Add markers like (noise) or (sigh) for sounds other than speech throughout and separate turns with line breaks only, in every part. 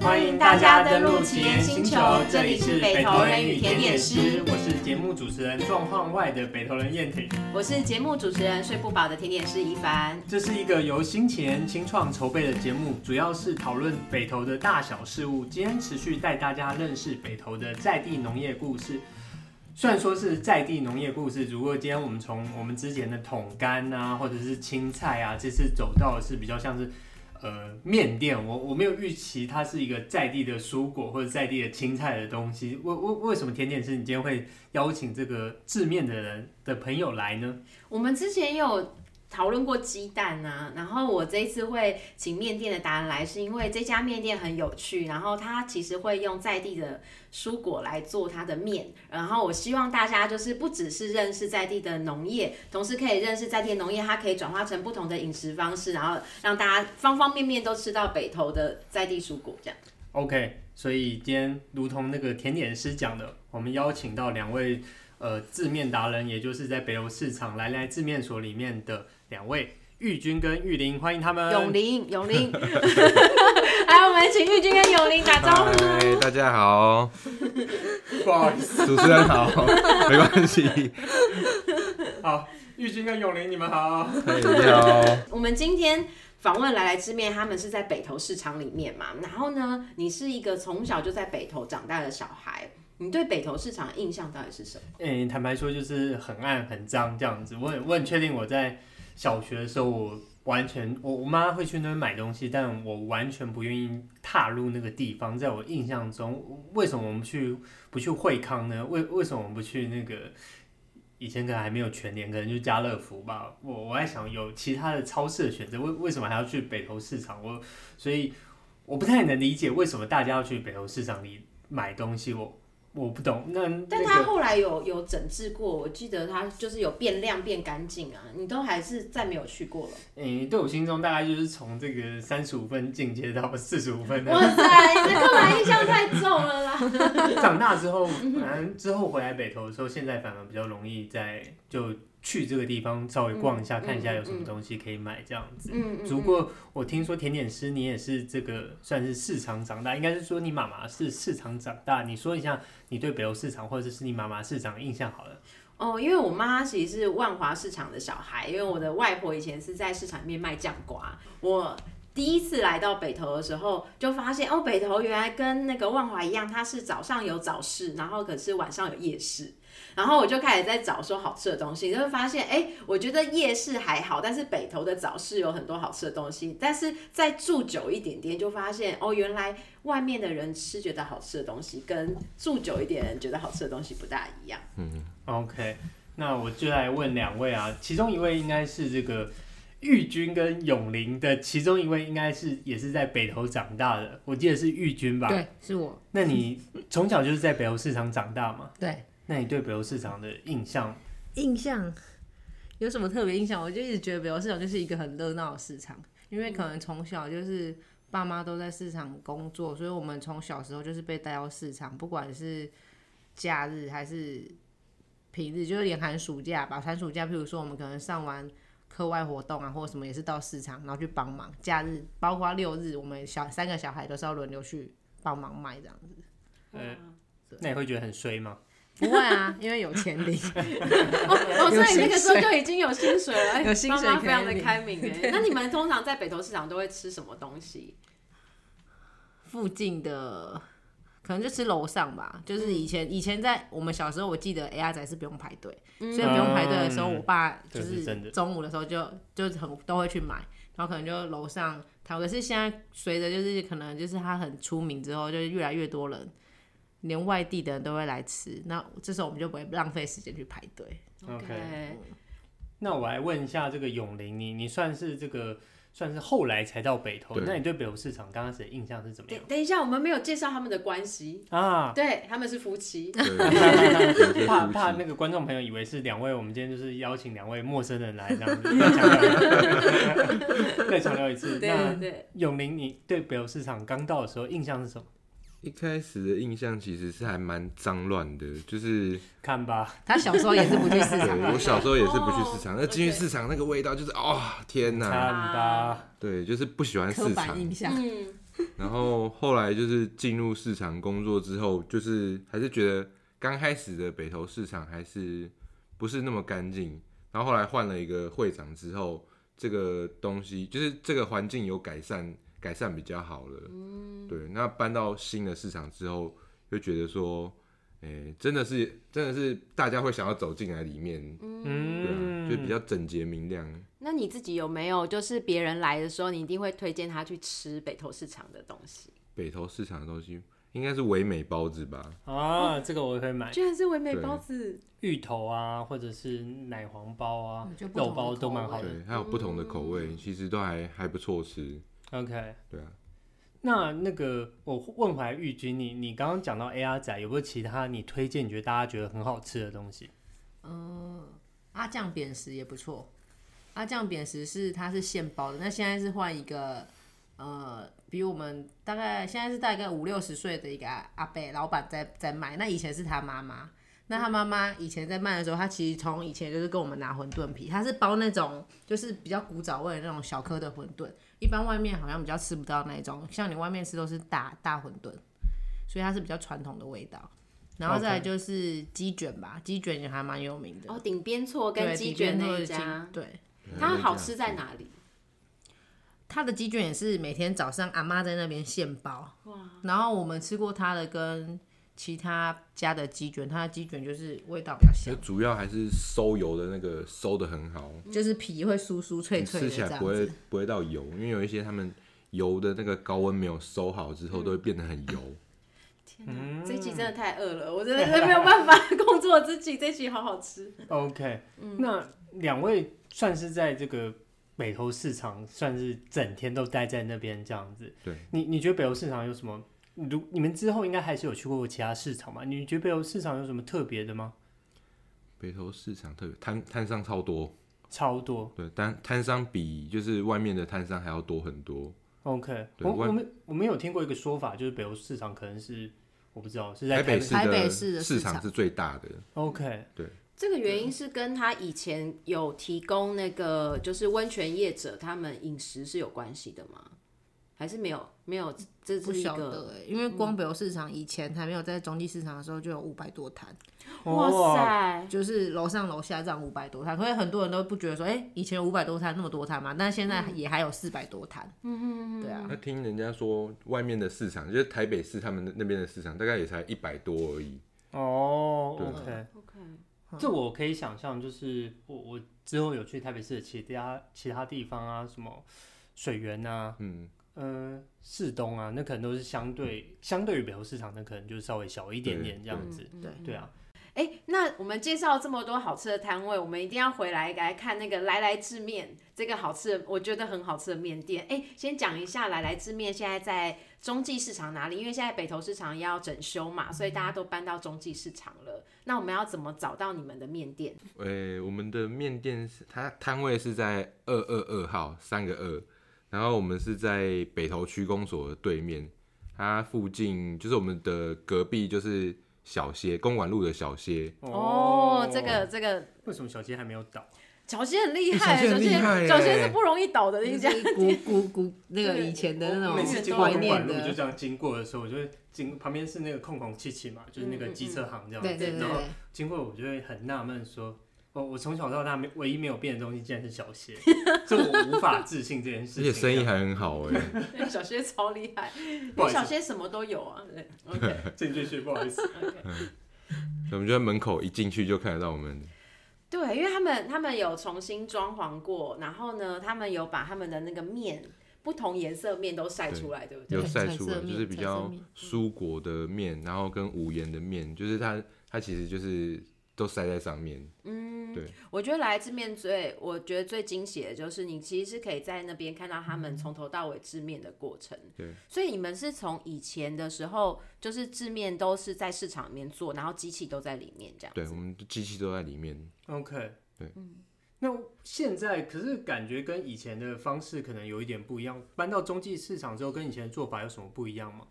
欢迎大家登录奇岩星球，这里是北投人与甜点师，我是节目主持人状况外的北投人燕婷。
我是节目主持人睡不饱的甜点师怡凡。
这是一个由新奇岩新创筹备的节目，主要是讨论北投的大小事物。今天持续带大家认识北投的在地农业故事。虽然说是在地农业故事，如果今天我们从我们之前的桶干啊，或者是青菜啊，这次走到的是比较像是呃面店，我我没有预期它是一个在地的蔬果或者在地的青菜的东西。为为为什么甜点师你今天会邀请这个制面的人的朋友来呢？
我们之前也有讨论过鸡蛋啊，然后我这一次会请面店的达人来，是因为这家面店很有趣，然后它其实会用在地的蔬果来做它的面，然后我希望大家就是不只是认识在地的农业，同时可以认识在地的农业，它可以转化成不同的饮食方式，然后让大家方方面面都吃到北投的在地蔬果这样。
OK，所以今天如同那个甜点师讲的，我们邀请到两位呃字面达人，也就是在北欧市场来来字面所里面的两位玉君跟玉玲，欢迎他们。
永林，永林，来，我们请玉君跟永林打招呼。
嗨，哎大家好，
不好意思，
主持人好，没关系。
好，玉君跟永玲你们好。
嘿你好，
我们今天访问来来之面，他们是在北投市场里面嘛。然后呢，你是一个从小就在北投长大的小孩，你对北投市场的印象到底是什么？
诶、坦白说就是很暗很脏这样子。我很我很确定我在小学的时候，我完全我我妈会去那边买东西，但我完全不愿意踏入那个地方。在我印象中，为什么我们去不去惠康呢？为为什么我们不去那个？以前可能还没有全联，可能就家乐福吧。我我在想有其他的超市的选择，为为什么还要去北投市场？我所以我不太能理解为什么大家要去北投市场里买东西。我我不懂。那
但
嗯那个
他后来有有整治过，我记得他就是有变亮变干净啊，你都还是再没有去过了。
诶、对我心中大概就是从这个三十五分进阶到四十五分的。
哇塞，你的刻板印象太重
(laughs)
了啦！
长大之
(laughs)
后，反正之后回来北投的时候，现在反而比较容易在就去这个地方稍微逛一下，
嗯
看一下有什
嗯
么
嗯
东西可以买这样子。
嗯
只不过我听说甜点师你也是这个算是市场长大，应该是说你妈妈是市场长大。你说一下你对北欧市场或者是你妈妈市场的印象好了。
哦，因为我妈其实是万华市场的小孩，因为我的外婆以前是在市场里面卖酱瓜。我第一次来到北投的时候，就发现哦，北投原来跟那个万华一样，它是早上有早市，然后可是晚上有夜市。然后我就开始在找说好吃的东西，就会发现，哎，我觉得夜市还好，但是北投的早市有很多好吃的东西。但是再住久一点点，就发现哦，原来外面的人吃觉得好吃的东西，跟住久一点的人觉得好吃的东西不大一样。
OK，那我就来问两位啊，其中一位应该是这个玉君跟永林的，其中一位应该是也是在北投长大的，我记得是玉君吧？
对，是我。
那你从小就是在北投市场长大嘛？
对，
那你对北投市场的印象？
印象有什么特别印象？我就一直觉得北欧市场就是一个很热闹的市场，因为可能从小就是爸妈都在市场工作，所以我们从小时候就是被带到市场，不管是假日还是平日，就是连寒暑假吧。寒暑假，譬如说我们可能上完。课外活动啊，或者什么也是到市场，然后去帮忙。假日包括六日，我们小三个小孩都是要轮流去帮忙卖这样子。
呃
哇
那你会觉得很衰吗？
不会啊，因为有钱领。
(laughs) 哦，哦，所以
有
那
薪
个时候
水
就已 (laughs) 经有薪水了，哎
有薪水
妈妈
可
非常
以
的
领
开 (laughs) 明哎。那你们通常在北投市场都会吃什么东西？
附近的，可能就吃楼上吧。就是以
嗯
前、以前在我们小时候，我记得 AR 仔是不用排队，
嗯
所以不用排队的时候，
嗯
我爸
这
就是
真的
是中午的时候就就很都会去买，然后可能就楼上他可是现在随着就是可能就是他很出名之后，就是越来越多人。连外地的人都会来吃，那这时候我们就不会浪费时间去排队。
OK 嗯那我来问一下这个永林，你你算是这个算是后来才到北投，
对
那你对北投市场刚开始的印象是怎么
等
样
等一下，我们没有介绍他们的关系，
啊？
对，他们是夫妻。
对
怕怕那个观众朋友以为是两位，我们今天就是邀请两位陌生人来这样子，再强调再强调一次。
(laughs) 对对
那
对，
永林，你对北投市场刚到的时候印象是什么？
一开始的印象其实是还蛮脏乱的，就是
看吧，
他小时候也是不去市场
对 (laughs)
的，
我小时候也是不去市场，
哦
那进去市场那个味道就是哦天
看
哪，
吧，
对，就是不喜欢
(laughs) 刻
市
板
场。
印象。
嗯，
然后后来就是进入市场工作之后，就是还是觉得刚开始的北投市场还是不是那么干净。然后后来换了一个会长之后，这个东西就是这个环境有改善，改善比较好了。对。那搬到新的市场之后，又觉得说，诶、真的是真的是大家会想要走进来里面，对啊，
嗯，
就比较整洁明亮。
那你自己有没有就是别人来的时候，你一定会推荐他去吃北投市场的东西？
北投市场的东西应该是唯美包子吧？
啊，这个我也会买，
居然是唯美
对
包子，
芋头啊，或者是奶黄包啊
嗯就，不同
肉
的
包都蛮
口
好
味
的。
对，还有不同的口味，其实都还还不错吃。
OK，
对啊，
那那个我问回来玉君，你你刚刚讲到 AR 仔，有没有其他你推荐你觉得大家觉得很好吃的东西？
嗯，阿酱扁食也不错。阿酱扁食是它是现包的，那现在是换一个呃，比我们大概现在是大概五六十岁的一个阿阿伯老板在在卖，那以前是他妈妈。那他妈妈以前在卖的时候，他其实从以前就是跟我们拿馄饨皮，他是包那种就是比较古早味的那种小颗的馄饨，一般外面好像比较吃不到那种，像你外面吃都是大大馄饨，所以它是比较传统的味道。然后再来
OK
就是鸡卷吧，鸡卷也还蛮有名的。
哦，顶边错跟
对
鸡
底
卷
边
那
都
一
是
家
鸡，对，
它好吃在哪里？
他的鸡卷也是每天早上阿妈在那边现包，然后我们吃过他的跟其他家的鸡卷，他的鸡卷就是味道比较
其
香
实，主要还是收油的那个收的很好，
嗯
就是皮会酥酥脆
你
脆的
吃
这
起来
样
不会
子。
不会到油，因为有一些他们油的那个高温没有收好之
嗯
后，都会变得很油。
天哪，这一集真的
嗯
太饿了，我真的是没有办法 (laughs) 工作自己，这一集好好吃。
OK，、那
嗯
两位算是在这个北投市场，算是整天都待在那边这样子。
对，
你你觉得北投市场有什么？如你们之后应该还是有去过其他市场嘛？你觉得北投市场有什么特别的吗？
北投市场特别摊摊商超多，
超多。
对，摊摊商比就是外面的摊商还要多很多。
OK，
对
我
外
我们我们有听过一个说法，就是北投市场可能是我不知道是在
台北市
台
的
北市的市
市场
场
是最大的，
OK，
这个原因是跟他以前有提供那个就是温泉业者他们饮食是有关系的吗？还是没有？没有，这
不
是一
晓
个
得欸、因为光北欧市场以前还没有在中立市场的时候，就有五百多摊，
哇
哦，
塞，
就是楼上楼下这样五百多摊，所以很多人都不觉得说，哎、以前五百多摊那么多摊嘛，但
嗯
现在也还有四百多摊。嗯对啊，
那听人家说，外面的市场就是台北市他们那边的市场，大概也才一百多而已。
哦
对
，OK，
OK，
嗯
这我可以想象，就是我我之后有去台北市的其他其他地方啊，什么水源啊，
嗯，
嗯、市东啊，那可能都是相对相对于北投市场，那可能就稍微小一点点这样
嗯
子，
对
对啊，
哎、那我们介绍这么多好吃的摊位，我们一定要回来来看那个来来制面这个好吃的，我觉得很好吃的面店。哎、先讲一下来来制面现在在中继市场哪里？因为现在北投市场要整修嘛，所以大家都搬到中继市场了。那我们要怎么找到你们的面店？
呃、我们的面店是它摊位是在二二二号三个二，然后我们是在北投区公所的对面，它附近就是我们的隔壁就是小歇公馆路的小歇，
哦，这个这个
为什么小鸡还没有
哦
倒？
小仙很厉
哎
害，
小
小
仙很厉害
仙
耶
小仙是不容易倒的一
就
家。
是古古古那个以前的那
我每次
种
经过
怀
公
念
馆路就
的，
这样经过的时候，我就会经旁边是那个空空气气嘛，就是那个机车行这样子，
嗯对对对
然后
对。
经过我就会很纳闷说，哦，我从小到大没唯一没有变的东西竟然是小
(laughs)
鞋，这我无法置信这件事
而
情。
且生意还很好哎、
小仙超厉害，因
不好
为
意思
小仙什么都有啊。对，OK (laughs)
进去去，不好意思。
OK。
(laughs) 我们就在门口一进去就看得到我们。
对，因为他们他们有重新装潢过，然后呢，他们有把他们的那个面不同颜色面都晒出来，对不对？
有
对
晒
彩
出
色
来，就
面
是比
彩色
较
面嗯
蔬果的面，然后跟无盐的面，就是它它其实就是都塞在上面。
我觉得来自面最，我觉得最惊喜的就是你其实是可以在那边看到他
嗯
们从头到尾制面的过程。
对，
所以你们是从以前的时候，就是制面都是在市场里面做，然后机器都在里面这样。
对，我们的机器都在里面。
(laughs) OK，
对，
嗯
那现在可是感觉跟以前的方式可能有一点不一样。搬到中继市场之后，跟以前的做法有什么不一样吗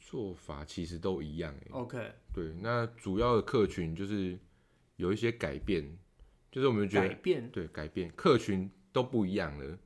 做法其实都一样哎。
？OK，
对，那主要的客群就是有一些改变，就是我们觉
改
得
变
对改变客群都不一样了。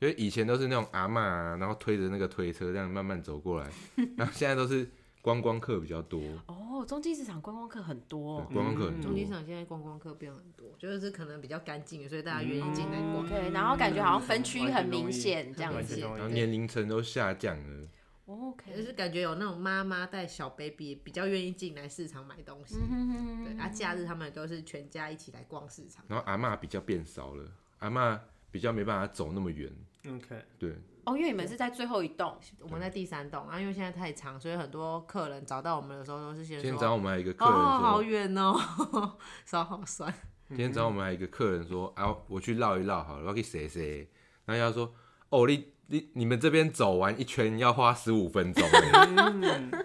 因为以前都是那种阿嬷啊，然后推着那个推车这样慢慢走过来，然后现在都是观光客比较多，
哦，中继市场观光客很多
对
哦。
观光客很
嗯
多
中。间市场现在观光客变很多，就是可能比较干净，所以大家愿意进来逛。
OK，然嗯后感觉好像分区很明显这样
完
子
全
嗯
同
然后
意
年龄层都下降了，
就
，OK，
是感觉有那种妈妈带小 baby 比较愿意进来市场买东西，
嗯
对，啊，假日他们都是全家一起来逛市场。
然后阿嬷比较变少了，阿嬷比较没办法走那么远，
OK，
对，
哦，因为你们是在最后一栋，
我们在第三栋啊，因为现在太长，所以很多客人找到我们的时候都是先
今天
说
早上我们还有一个客人
哦，好
说，
远哦， (laughs) 手好酸。
今天早上我们还有一个客人说啊，我去绕一绕好了，我去谁谁，然后他说哦，你你你们这边走完一圈要花十五分钟欸，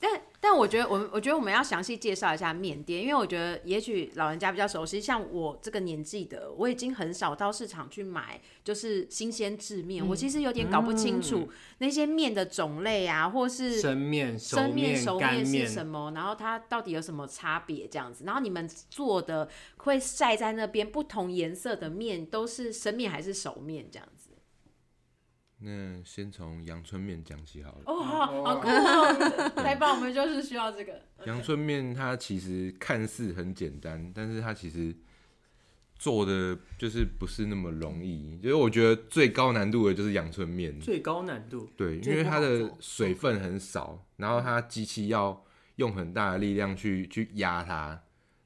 但但我觉得，我们我觉得我们要详细介绍一下缅甸，因为我觉得也许老人家比较熟悉，像我这个年纪的，我已经很少到市场去买就是新鲜制面，我其实有点搞不清楚那些面的种类啊，或是
生面、
嗯生面、熟
干
面是什么，然后它到底有什么差别这样子。然后你们做的会晒在那边，不同颜色的面都是生面还是熟面这样子？
那先从阳春面讲起好了。
哦，
好好酷
哦！ (laughs) 来吧，我们就是需要这个。
阳春面它其实看似很简单，但是它其实做的就是不是那么容易。就是我觉得最高难度的就是阳春面，
最高难度，
对，因
最
为
不
它
好
的
做
水分很少，然后它机器要用很大的力量去去压它，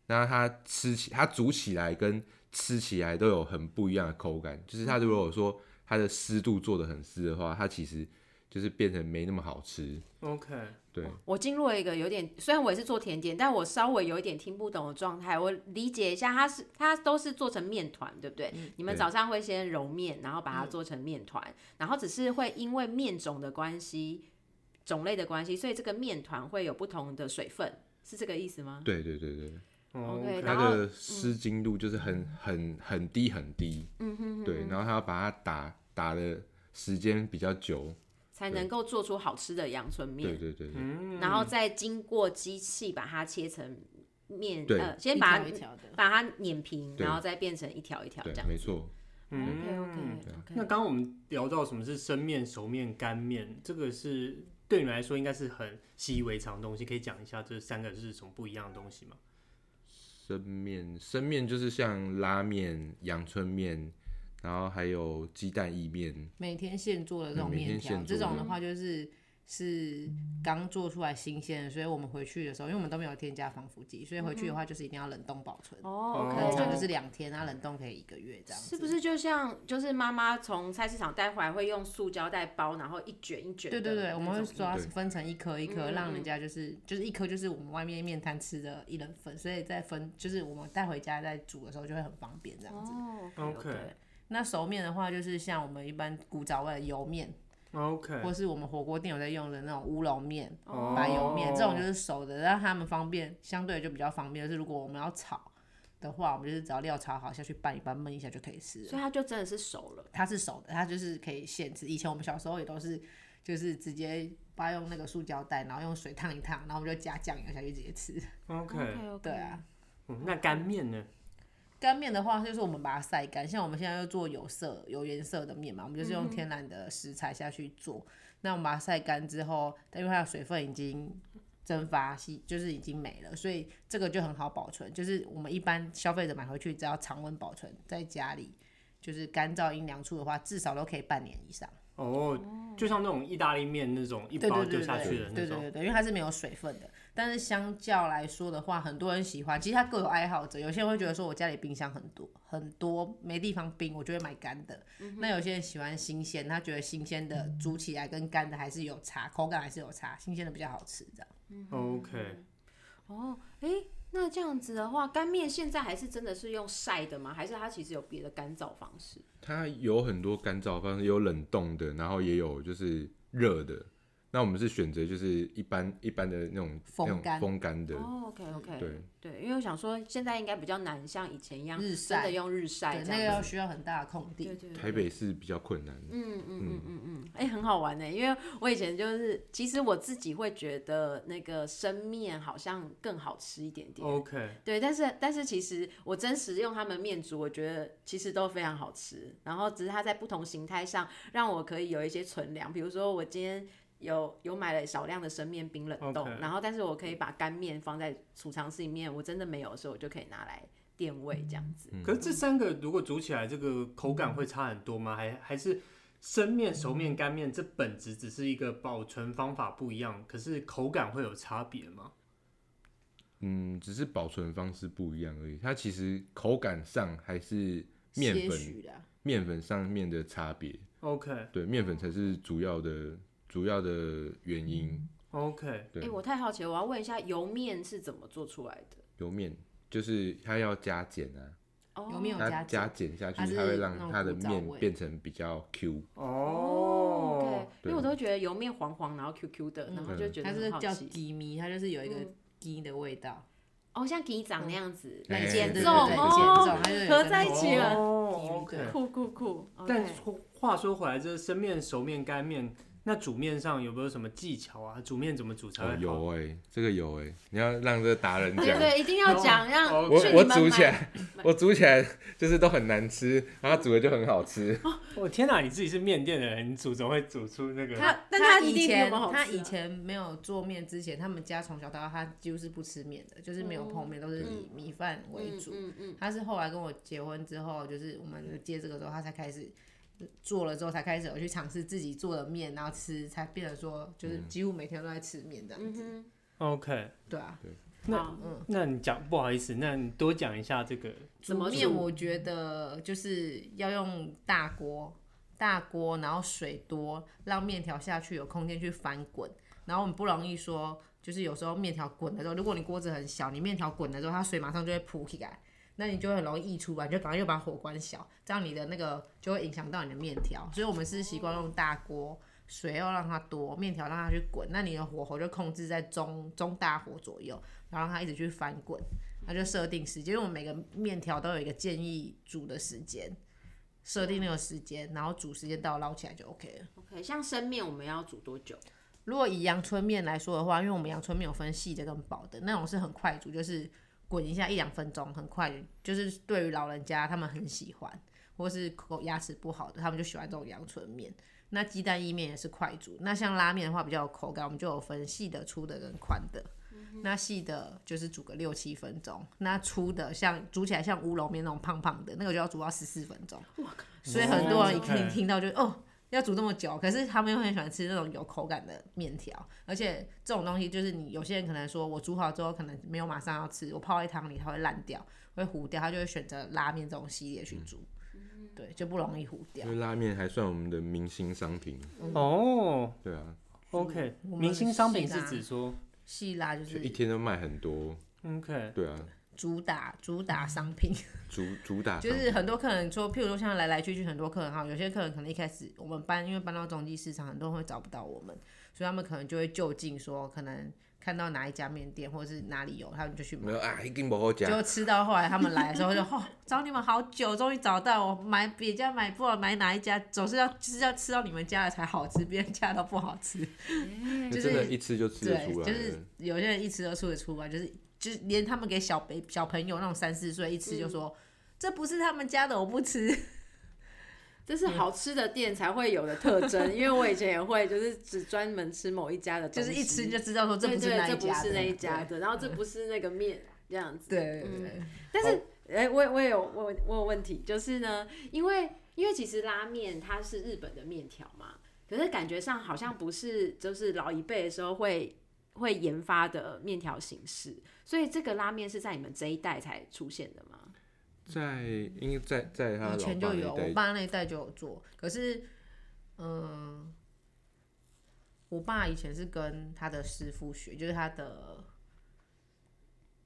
那它吃起它煮起来跟吃起来都有很不一样的口感。就
嗯
是它如果说它的湿度做的很湿的话，它其实就是变成没那么好吃。
OK，
对，
我进入了一个有点，虽然我也是做甜点，但我稍微有一点听不懂的状态。我理解一下，它是它都是做成面团，对不对？
嗯
你们
对
早上会先揉面，然后把它做成面团，然后只是会因为面种的关系、种类的关系，所以这个面团会有不同的水分，是这个意思吗？
对对对对。
哦
OK，
OK，
然
它
后
的湿精度就是很很很低很低，
嗯哼哼，
对，然后它要把它打打的时间比较久，
才能够做出好吃的阳春面。
对对对对，
嗯
然后再经过机器把它切成面，
对
呃，先把它
一条一条的，
把它碾平，
对
然后再变成一条一条这
对，
样。
没错，啊
OK
嗯
OK
那
OK。
刚刚我们聊到什么是生面、熟面、干面，这个是对你们来说应该是很习以为常的东西，可以讲一下这三个是什么不一样的东西吗？
生面生面就是像拉面、阳春面，然后还有鸡蛋意面，
每天现做的这种
嗯每
面
天
条，
现
这
做的
种的话就是是刚做出来新鲜的，所以我们回去的时候，因为我们都没有添加防腐剂，所以回去的话就是一定要冷冻保存。
哦
哦
通
，OK，就
常就是是两天，啊，冷冻可以一个月这样子。
是不是就像就是妈妈从菜市场带回来会用塑胶袋包，然后一卷一卷的
对
那
对
种？
对，我们会说它
对
是分成一颗一
嗯
颗，
嗯
让
嗯
人家就是就是一颗就是我们外面面摊吃的一人份，所以再分就是我们带回家再煮的时候就会很方便这样子。
哦
OK
那熟面的话，就是像我们一般古早味的油面，
OK，
或是我们火锅店有在用的那种乌龙面、
哦
白油面，这种就是熟的，让他们方便，相对就比较方便。就是如果我们要炒的话，我们就是只要料炒好下去拌一拌，焖一下就可以吃了
所以它就真的是熟了。
它是熟的，它就是可以现吃。以前我们小时候也都是，就是直接把它用那个塑胶袋，然后用水烫一烫，然后我们就加酱油下去直接吃。
OK，
OK，
对啊，
嗯那干面呢？
干面的话就是我们把它晒干，像我们现在要做有色、有颜色的面嘛，我们就是用天然的食材下去做。那我们把它晒干之后，因为它的水分已经蒸发吸，就是已经没了，所以这个就很好保存。就是我们一般消费者买回去，只要常温保存在家里，就是干燥阴凉处的话，至少都可以半年以上。
哦，就像那种意大利面那种一
对
包
对
丢
对对
下去的那
对对
种，
对对，因为它是没有水分的。但是相较来说的话，很多人喜欢，其实它各有爱好者。有些人会觉得说，我家里冰箱很多很多没地方冰，我就会买干的。
嗯
那有些人喜欢新鲜，他觉得新鲜的煮起来跟干的还是有差，口感还是有差，新鲜的比较好吃。这样
嗯 OK，
哦，诶，那这样子的话，干面现在还是真的是用晒的吗？还是它其实有别的干燥方式？
它有很多干燥方式，有冷冻的，然后也有就是热的，那我们是选择就是一般一般的那种
风
那种
干
风干的，
哦，OK OK，
对，
因为我想说现在应该比较难像以前一样嗯
日
真
晒
的，用日晒
对，
这
那个
样
要
子。
需要很大的空
对
地。
对，对
台北是比较困难的。
嗯嗯嗯嗯嗯，哎、很好玩呢，因为我以前就是，其实我自己会觉得那个生面好像更好吃一点点。
OK，
对，但是但是其实我真实用他们面煮，我觉得其实都非常好吃。然后只是它在不同形态上，让我可以有一些存粮。比如说我今天有有买了少量的生面冰冷冻
OK
然后但是我可以把干面放在储藏室里面，我真的没有的时候，我就可以拿来垫胃这样子。
可是这三个如果煮起来，这个口感会差很多吗？还还是生面、熟面、干面，这本质只是一个保存方法不一样，可是口感会有差别吗？
嗯，只是保存方式不一样而已。它其实口感上还是面
些
粉
许的，
面粉上面的差别，
OK
对，面粉才是主要的主要的原因。
OK，
哎、
对，
我太好奇了，我要问一下油面是怎么做出来的？
油面就是它要加碱啊，
哦
油面有
它
加
加
碱，
碱下去，
它是
它会让
那种
它的
古早
面
味
变成比较 Q。
哦
哦
对，因为
对
我都觉得油面黄黄，然后 Q Q 的，然后就觉得
它
很
是
好
叫
奇。
鸡米，它就是有一个
嗯
鸡的味道，
哦，像给长那样子，
嗯
来
哎
减
对对
重
对对
减
哦
重，它就有一
合
个
在
那
一
种
起了
哦
嗯
OK，
酷酷酷。
但
OK
说话说回来，这生面、熟面、干面，那煮面上有没有什么技巧啊？煮面怎么煮才
哦
会，好？
有哎、这个有哎、你要让这个达人
哦
对
讲。
对，一定要讲，让
哦
我
去
我
你们
煮
买 (laughs)
起来，我煮起来就是都很难吃，然后煮的就很好
(laughs)
吃。
我、哦天哪，你自己是面店的人，你煮怎么会煮出那个？
他，但
他
他
一
以
定比我
前
们好吃啊
他以前没有做面之前，他们家从小到大他几乎是不吃面的，就是没有碰面，都是以米饭为主。
嗯嗯
他是后来跟我结婚之后，就是我们接这个之后，他才开始做了之后，才开始有去尝试自己做的面，然后吃，才变得说就是几乎每天都在吃面这样。
嗯嗯
OK，
对啊，
哼，
那
好，
那你讲不好意思，那你多讲一下这个
怎么
煮面我觉得就是要用大锅，大锅，然后水多，让面条下去有空间去翻滚，然后我们不容易说，就是有时候面条滚的时候，如果你锅子很小，你面条滚的时候，它水马上就会扑起来。那你就会很容易溢出吧，你就赶快又把火关小，这样你的那个就会影响到你的面条。所以我们是习惯用大锅，水要让它多，面条让它去滚。那你的火候就控制在中中大火左右，然后让它一直去翻滚。它就设定时间，因为我们每个面条都有一个建议煮的时间，设定那个时间，然后煮时间到捞起来就 OK 了。
OK，像生面我们要煮多久？
如果以阳春面来说的话，因为我们阳春面有分细的跟薄的，那种是很快煮，就是滚一下一两分钟，很快，就是对于老人家他们很喜欢，或是口牙齿不好的，他们就喜欢这种阳春面。那鸡蛋意面也是快煮，那像拉面的话比较有口感，我们就有分细的、粗的跟宽的。那细的就是煮个六七分钟，那粗的像煮起来像乌龙面那种胖胖的，那个就要煮到十四分钟。所以很多人一听
OK
听到就哦，要煮这么久，可是他们又很喜欢吃那种有口感的面条，而且这种东西就是你有些人可能说我煮好之后可能没有马上要吃，我泡在汤里它会烂掉，会糊掉，他就会选择拉面这种系列去
嗯
煮，对，就不容易糊掉
因。为拉面还算我们的明星商品，
哦
对啊，
，OK，
我们
明星商品
是
是
啦
指说
细拉就
就一
是
天都卖很多，
OK，
对啊，
主打主打商
(laughs)
品，
主主打
就
商
是
品
很多客人说，譬如说像来来去去很多客人哈，有些客人可能一开始我们搬，因为搬到中继市场，很多人会找不到我们，所以他们可能就会就近说，可能看到哪一家面店或者是哪里有，他们就去买
(laughs) 没。有啊，一定不好讲。
就吃到后来他们来的时候就 (laughs) 哦，找你们好久，终于找到我买别家买不好，买哪一家总是要就是要吃到你们家的才好吃，别人家都不好吃。就
真的，
是
一吃就吃得
对
出，来了。
就是有些人一吃都吃得出来，就是就是连他们给小 b 小朋友那种三四岁一吃就说、
嗯
这不是他们家的，我不吃。 (laughs)
这是好吃的店才会有的特征，因为我以前也会，就是只专门吃某一家的东
就
西，
是一吃就知道说这不
对
是
对
那
这
一
不
家的，
是那一家的，然后这不是那个面这样子。
对。对
嗯
对对
但
哦
是，哎、我我也有我我有问题，就是呢，因为因为其实拉面它是日本的面条嘛，可是感觉上好像不是就是老一辈的时候会会研发的面条形式，所以这个拉面是在你们这一代才出现的吗？
在应该在在他
以
老
前
爸
就
那
有，我
一代，
爸那一代就有做，可是，嗯，我爸以前是跟他的师傅学，就是他的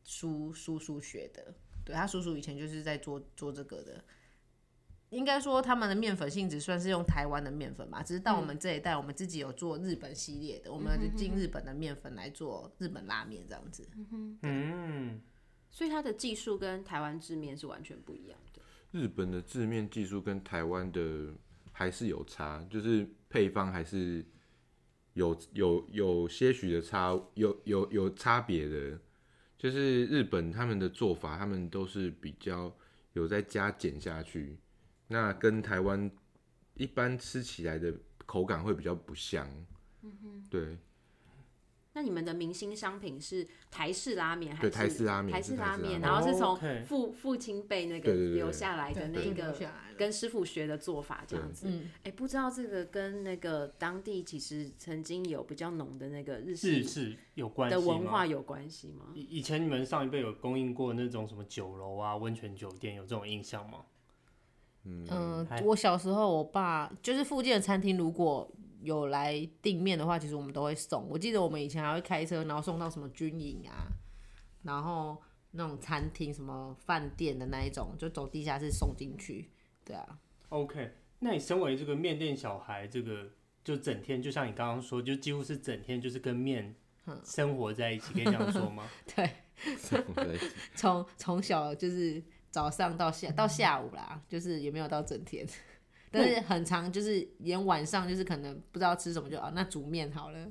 叔叔叔学的，对他叔叔以前就是在做做这个的，应该说他们的面粉性质算是用台湾的面粉吧，只是到我
嗯
们这一代，我们自己有做日本系列的，我们就进日本的面粉来做日本拉面这样子。
嗯，
所以它的技术跟台湾制面是完全不一样的。
日本的制面技术跟台湾的还是有差，就是配方还是有有有些许的差，有有有差别的。就是日本他们的做法，他们都是比较有在加碱下去，那跟台湾一般吃起来的口感会比较不像。嗯哼，对 (laughs)
那你们的明星商品是台式拉面还
对，
是
台式拉面
台
是
式
台
拉
式拉
面？
面，
然后是从
OK
父父亲辈那个
对对对对
留下来的那
对留
个
下来了
跟师傅学的做法这样子。
嗯，
哎、不知道这个跟那个当地其实曾经有比较浓的那个日
日
式
式有关系
的文
吗
化有关系吗？
以以前你们上一辈有供应过那种什么酒楼啊、温泉酒店，有这种印象吗？
嗯
还，
我小时候，我爸就是附近的餐厅，如果有来订面的话，其实我们都会送。我记得我们以前还会开车，然后送到什么军营啊，然后那种餐厅、什么饭店的那一种，就走地下室送进去。对啊，
OK，那你身为这个面店小孩，这个就整天就像你刚刚说，就几乎是整天就是跟面
嗯
生活在一起，可以这样说吗？ (laughs)
对，
对，
从从小就是早上到下到下午啦，就是也没有到整天， (laughs) 但是很长，就是连晚上就是可能不知道吃什么就啊，那煮面好了。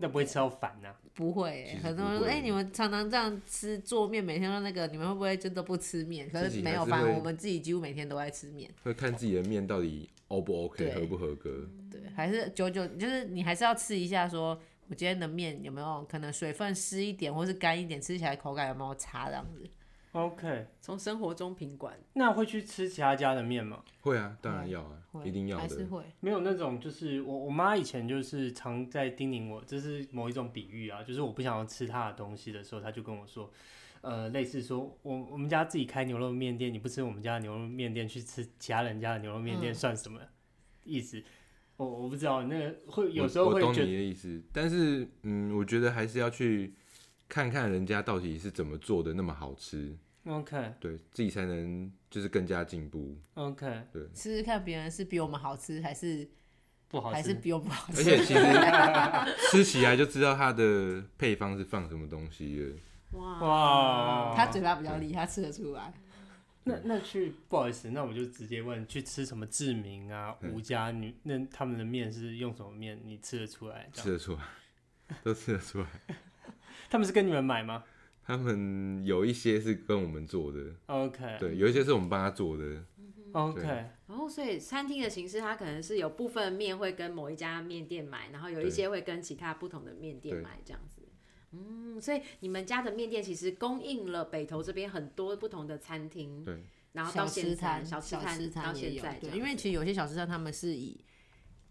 那不会吃到烦呐、
不会、
其
欸，
实
很多人
不
说，
会
哎、你们常常这样吃做面，每天都那个，你们会不会就都不吃面？可
自
是
己
没有，
还是
反正
会
我们自己几乎每天都在吃面，
会看自己的面到底 O 不 OK，
对嗯
合不合格。
对，还是久久就是你还是要吃一下说我今天的面有没有可能水分湿一点，或是干一点，吃起来口感有没有差这样子。
OK，
从生活中品管，
那会去吃其他家的面吗？
会啊，当然要啊，
会
一定要
还是
的。
会，
没有那种，就是我我妈以前就是常在叮咛我，这是某一种比喻啊，就是我不想要吃她的东西的时候，她就跟我说，呃，类似说我我们家自己开牛肉面店，你不吃我们家的牛肉面店，去吃其他人家的牛肉面
嗯
店算什么？意思我我不知道，那个会有时候
我
会
我懂
觉得
你的意思，但是嗯，我觉得还是要去看看人家到底是怎么做的那么好吃，
OK
对自己才能就是更加进步。
OK
吃吃看别人是比我们好吃，还是
不好
(laughs) 还
吃，
是比我们好
而
吃？
且其实吃起来就知道它的配方是放什么东西了。
哇
哇
他嘴巴比较厉害，他吃得出来。
那那去不好意思，那我就直接问，去吃什么志明啊、
嗯
吴家女，那他们的面是用什么面？你吃得出来？这样
吃得出来，都吃得出来。
他们是跟你们买吗？
他们有一些是跟我们做的，
OK，
对，有一些是我们帮他做的，
嗯
，OK，
对
然后，所以餐厅的形式，它可能是有部分面会跟某一家面店买，然后有一
对
些会跟其他不同的面店
对
买这样子。嗯，所以你们家的面店其实供应了北投这边很多不同的餐厅，
对，
然后到
小吃
现在
摊、
小吃摊
吃摊
到
也
现
有
在，这
对，
样
因为
子
其实有些小吃摊他们是以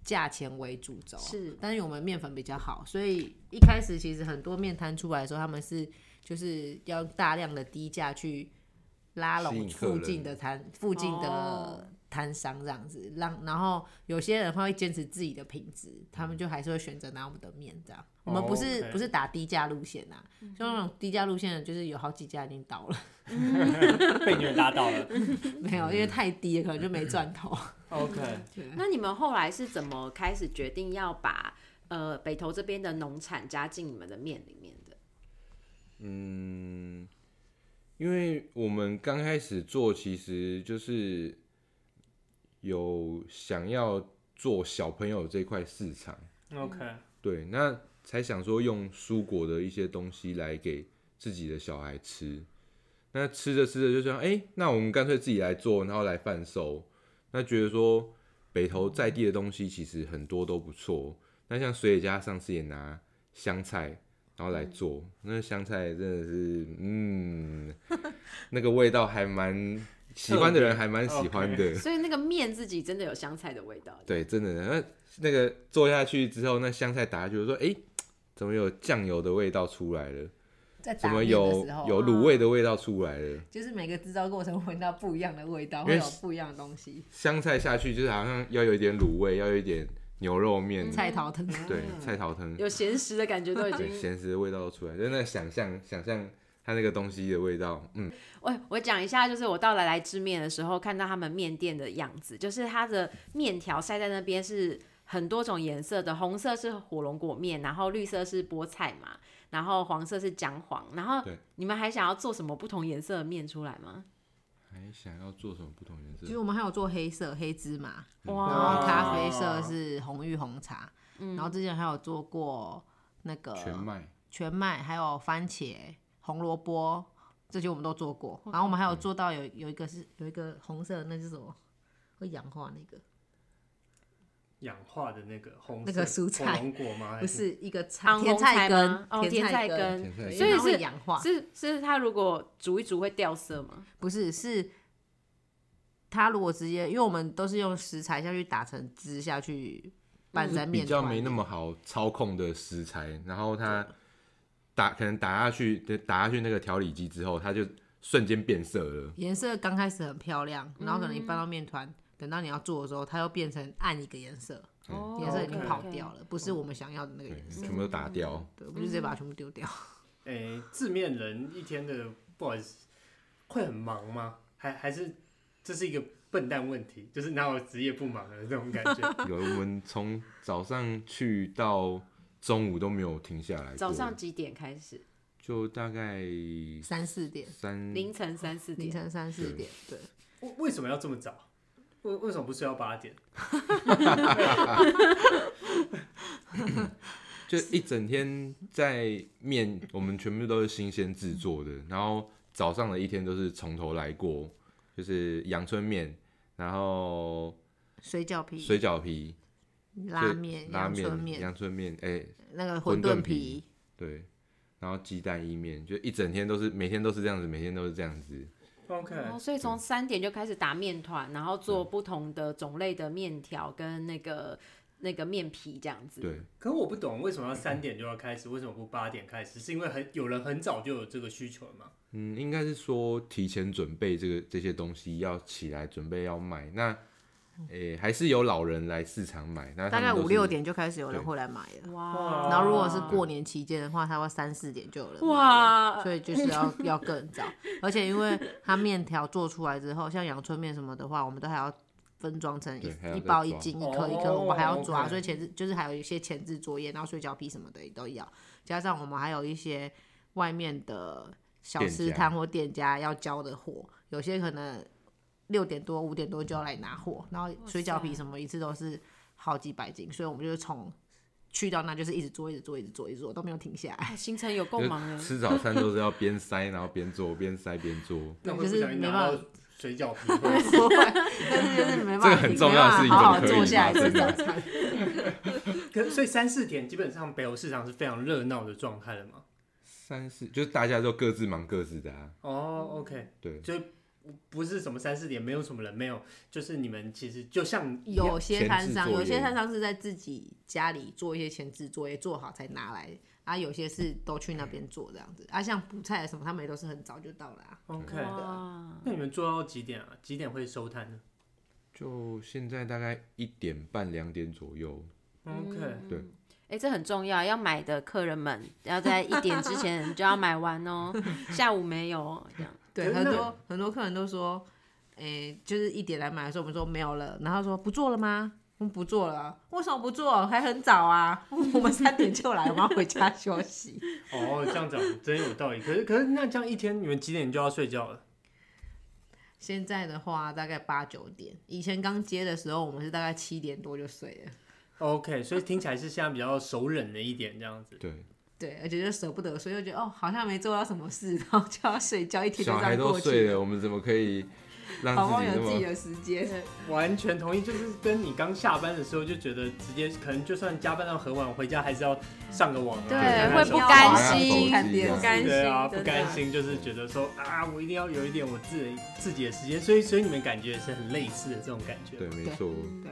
价钱为主轴，啊
是
但是我们面粉比较好，所以一开始其实很多面摊出来的时候，他们是就是要用大量的低价去拉
吸
拢
引客人
附近的摊、附近
哦
的摊商这样子，让然后有些人会坚持自己的品质，他
嗯
们就还是会选择拿我们的面这样。
哦
我们不是、
OK
不是打低价路线啊，就那种低价路线的，就是有好几家已经倒了，
被你们打倒了。
没
嗯
有，因为太低了，可能就没赚
(laughs)
头。 (laughs)
OK，
对
那你们后来是怎么开始决定要把呃北投这边的农产加进你们的面里面的？ (laughs)
嗯，因为我们刚开始做，其实就是有想要做小朋友这块市场，
嗯
OK，
对，那才想说用蔬果的一些东西来给自己的小孩吃。那吃着吃着就想，哎、那我们干脆自己来做，然后来贩售。那觉得说北投在地的东西其实很多都不错。那像水野家上次也拿香菜，然后来做，那香菜真的是，嗯， (laughs) 那个味道还蛮喜欢的人还蛮喜欢的。
所以那个面自己真的有香菜的味道。
对，真的，那那个做下去之后，那香菜打下去，我说，哎、怎么有酱油的味道出来了？
在
怎
打
么
面
有
的时候，嗯
有卤味的味道出来了？
就是每个制造过程闻到不一样的味道，
因
会
为
有不一样的东西。
香菜下去就是好像要有一点卤味，要有一点牛肉面，
菜头疼，
对，菜头汤，
有咸食的感觉都已
嗯 (laughs) 对，
经
咸食的味道都出来，就那想象想象它那个东西的味道，嗯，
我我讲一下，就是我到来来吃面的时候，看到他们面店的样子，就是它的面条晒在那边是很多种颜色的，红色是火龙果面，然后绿色是菠菜嘛，然后黄色是姜黄，然后
对
你们还想要做什么不同颜色的面出来吗？
还想要做什么不同颜
其实
色？
我们还有做黑色黑芝麻，然
哇，嗯
后咖啡色是红玉红茶，嗯然后之前还有做过那个
全麦，
全麦，还有番茄、红萝卜，这些我们都做过。
哦
然后我们还有做到有有一个是有一个红色的，那是什么？会氧化那个，
氧化的那个红
那个
色
蔬菜
火龙果
(laughs)
吗？还
不是一个
昂红
菜甜
菜吗
菜根
哦，甜菜
菜
根
甜菜根
对因为它
所以
会氧化，
是是它如果煮一煮会掉色吗？
不是是。它如果直接，因为我们都是用食材下去打成汁下去拌在面
嗯比较
团
没
里，
那么好操控的食材，然后它打可能打下去，对打下去那个调理机之后，它就瞬间变色了。
颜色刚开始很漂亮，然后可能你
嗯
拌到面团，等到你要做的时候，它又变成暗一个颜色，
嗯
哦
颜色已经
OK，
跑掉了，不是我们想要的那个
对
颜，色。
全部都打掉。
对，我们就直接
嗯
把它全部丢掉。
诶，字面人一天的不好意思，会很忙吗？还还是这是一个笨蛋问题，就是哪有职业不忙的这种感觉？ (laughs)
有我们从早上去到中午都没有停下来过，
早上几点开始？
就大概
三四点，
三
凌晨三四
凌
点。
晨三四点，对，
为为什么要这么早？为为什么不睡到八点？
就一整天在面，我们全部都是新鲜制作的，然后早上的一天都是从头来过，就是阳春面，然后
水饺皮、
水饺皮、
拉面、
拉
阳春
面、
面、
阳春面，哎、
那个
馄
馄
饨
饨
皮，对，然后鸡蛋意面，就一整天都是每天都是这样子，每天都是这样子，
OK，
哦，所以
嗯
从三点就开始打面团，然后做不同的种类的面条跟那个那个面皮这样子。
对，
可我不懂为什么要
嗯
三点就要开始，为什么不八点开始？是因为很有人很早就有这个需求了吗？
嗯，应该是说提前准备这个这些东西要起来准备要买，那，诶、还是有老人来市场买，那他
嗯大
们
概
都
五
是
六点就开始有人会来买了。
哇
然后如果是过年期间的话，它会三四点就有人买了
哇，
所以就是要要更早，而且因为它面条做出来之后，像阳春面什么的话，我们都还要分装成一
对还要
一
再
包一
装
斤一颗一颗，
哦
我们还要抓，
OK
所以前置就是还有一些前置作业，然后水饺皮什么的也都要，加上我们还有一些外面的小
店
吃
家
摊或店家要交的货，有些可能六点多五点多就要来拿货，然后水饺皮
塞
什么一次都是好几百斤，所以我们就是从。去到那就是一直做，一直做，一直做，一直做，都没有停下来。
哎行程有够
就
忙哎。
(laughs) 吃早餐都是要边塞然后边做，边塞边做。
那
对
会不
就是
小心
没
拿
办
到
法
水饺
(laughs)
皮会
不会，但
(laughs)
是就是没办法，
这个很重要的事情
没办法好好
怎么可以
坐下来吃
发
早
生
餐。
可所以三四点基本上北欧市场是非常热闹的状态了嘛。
三四就是大家都各自忙各自的啊，
哦，OK、o
嗯
对
k 就不是什么三四点没有什么人，没有，就是你们其实就像一样
有些摊
前
商，
置作业
有些摊商是在自己家里做一些前置作业，做好才拿来。啊，有些是都去那边做这样子。啊，像补菜什么，他们也都是很早就到了、啊。
OK，
哇，
那你们做到几点啊？几点会收摊呢
就现在大概一点半两点左右，
嗯
？OK，、
哎，这很重要，要买的客人们要在一点之前就要买完
(laughs)
哦，下午没有哦这样。
可
对，
哎
是
很
那
多很多客人都说，诶、就是一点来买的时候，我们说没有了，然后说不做了吗？我们不做了啊，为什么不做？还很早啊，我们三点就来，我们要回家休息。 (laughs)
哦，这样讲真有道理。可是可是那这样一天你们几点就要睡觉了？
现在的话大概八九点，以前刚接的时候我们是大概七点多就睡了，
OK，所以听起来是现在比较熟忍了一点这样子。
对，
对，而且就舍不得睡，就觉得哦好像没做到什么事， (laughs) 然后就要睡觉，一天就
小
这
孩
样
都
过
睡
去，
了，我们怎么可以让
好
自
忘
己那
有自己
么？
的时间。
完全同意，就是跟你刚下班的时候就觉得直接可能就算加班到很晚，回家还是要上个网啊。
对
看看
会
手
不
机啊
甘
心
看电
不
视
甘
对啊，
心
不
真的
甘心就是觉得说啊，我一定要有一点我自己自己的时间，所以所以你们感觉也是很类似的这种感觉。
对，没错，
对，